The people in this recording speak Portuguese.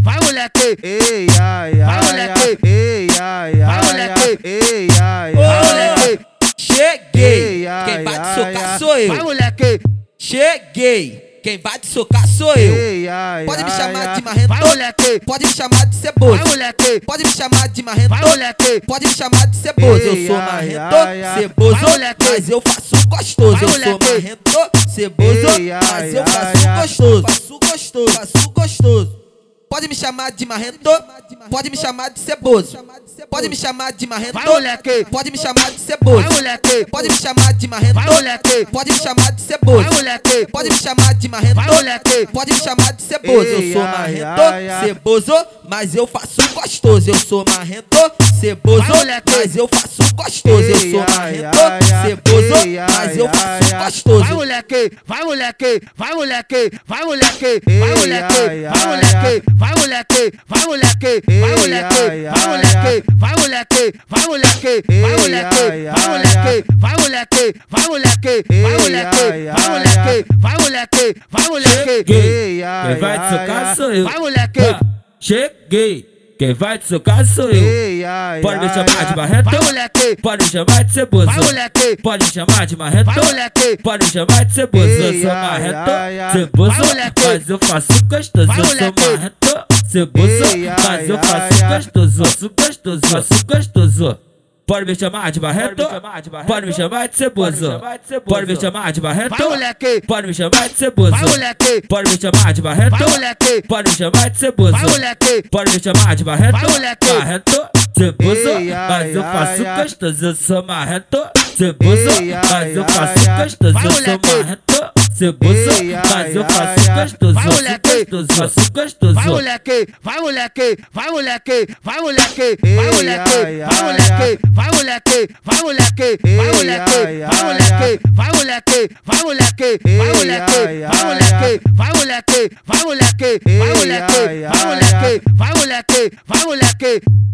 mulher aqui. Ei, ai, ai. Vai, mulher aqui. Ei, ai, ai. Vai, mulher aqui. Ei, ai, Vai, ai. mulher aqui. Cheguei! Ei, ai, Quem vai te ai, socar ai. sou Vai, eu! mulher aqui. Cheguei! Quem vai te socar sou eu! Ei, ai, Pode me ai, chamar ai. de marrento! Vai, mulher aqui. Pode me chamar de ceboso! Vai, mulher aqui. Pode me chamar de marrento! Vai, mulher aqui. Pode me chamar de ceboso! Eu Ei, sou ai, ai, marrento, ai. ceboso! Vai, mulher aqui. Mas eu faço gostoso! Vai, Eu mulher sou aqui. marrento, ceboso! Ei, Mas ai, eu ai, ai. faço gostoso! Faço gostoso! Faço gostoso! Pode me chamar de marrento, pode me chamar de ceboso. Pode me chamar de marrento, Vai, mulher aqui. pode me chamar de ceboso. Vai, mulher aqui. Pode me chamar de marrento, Vai, mulher aqui. pode me chamar de ceboso. Vai, mulher aqui. Pode me chamar de marrento, Vai, mulher aqui. pode me chamar de ceboso. eu Ei, sou ai, marrento, ai, ai. ceboso, mas eu faço gostoso. Eu sou marrento, ceboso, Vai, mulher aqui. mas eu faço gostoso. Eu Ei, sou ai, marrento, ai, ai. ceboso, Ei, ai, mas eu ai, ai. faço Vai, gostoso. mulher aqui. Vai, mulher aqui. Vai, mulher aqui. Vai, mulher aqui. Vai, Ei, mulher aqui. ai, Vai, ai, mulher ai. aqui. Vai, mulher aqui. Vai, mulher aqui. Vai, Ei, mulher aqui. ai, Vai, ai, mulher ai. aqui. Vai, mulher aqui. Vai, mulher aqui. Vai, Ei, mulher aqui. ai, Vai, ai, mulher aqui. ai. Vai, mulher aqui. Vai, mulher aqui. Vai, Ei, mulher aqui. Vai, ai, ai, mulher ai. aqui. Vai, mulher aqui. Vai, mulher aqui. Ei, Cheguei! ai, Quem vai ai, te socar ai. sou eu! Vai, mulher aqui. Ah, Cheguei! Quem vai te socar sou eu! Ei, ai, Pode me ai, chamar de ai. marrento! Vai, mulher aqui. Pode me chamar de ceboso! Vai, mulher aqui. Pode me chamar de marrento! Vai, mulher aqui. Pode me chamar de ceboso! Eu Ei, sou ai, marrento! ai, ai. Ceboso! Vai, mulher aqui. Mas eu faço gostoso! Vai, Eu mulher sou aqui. marrento! Ceboso! Ei, ai, Mas eu ai, ai. faço gostoso! Faço gostoso! Faço gostoso! Pode me chamar de marrento! Pode me chamar de ceboso! Pode me chamar de marrento! Vai, mulher aqui. Pode me chamar de ceboso! Vai, mulher aqui. Pode me chamar de barreto? Vai, mulher aqui. Pode me chamar de ceboso? Vai, mulher aqui. Pode me chamar de barreto? Vai, mulher aqui. Barreto, ceboso, Ei, ai, mas eu ai, faço ai. gostoso, eu sou marreto, ceboso, Ei, ai, mas eu ai, faço ai. gostoso, Vai, eu mulher sou aqui. marreto, ceboso, Ei, ai, mas eu ai, faço ai. gostoso, Vai, eu mulher sou aqui. gostoso, faço gostoso. Vai, mulher aqui. Vai, mulher aqui. Vai, mulher aqui. Vai, mulher aqui. Vai, Ei, mulher aqui. ai, Vai, ai, mulher aqui. ai. Vai, mulher aqui. Vai, mulher aqui. Vai, Ei, mulher aqui. ai, Vai, ai, mulher aqui. ai. Vai, mulher aqui. Vai, mulher aqui. Vai, Ei, mulher aqui. ai, Vai, mulher ai, aqui. Vai, mulher aqui. Vai, mulher aqui. Vai, Ei, mulher aqui. ai, Vai, ai, mulher ai. aqui. Vai, mulher aqui. Vai, mulher aqui.